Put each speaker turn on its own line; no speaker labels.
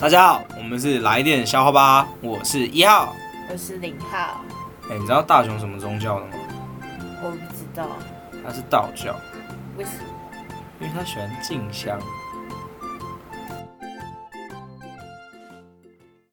大家好，我们是来电消化吧，我是一号。
我是零号，
哎、你知道大雄什么宗教的吗？
我不知道
他是道教，
为什么。
因为他喜欢静香。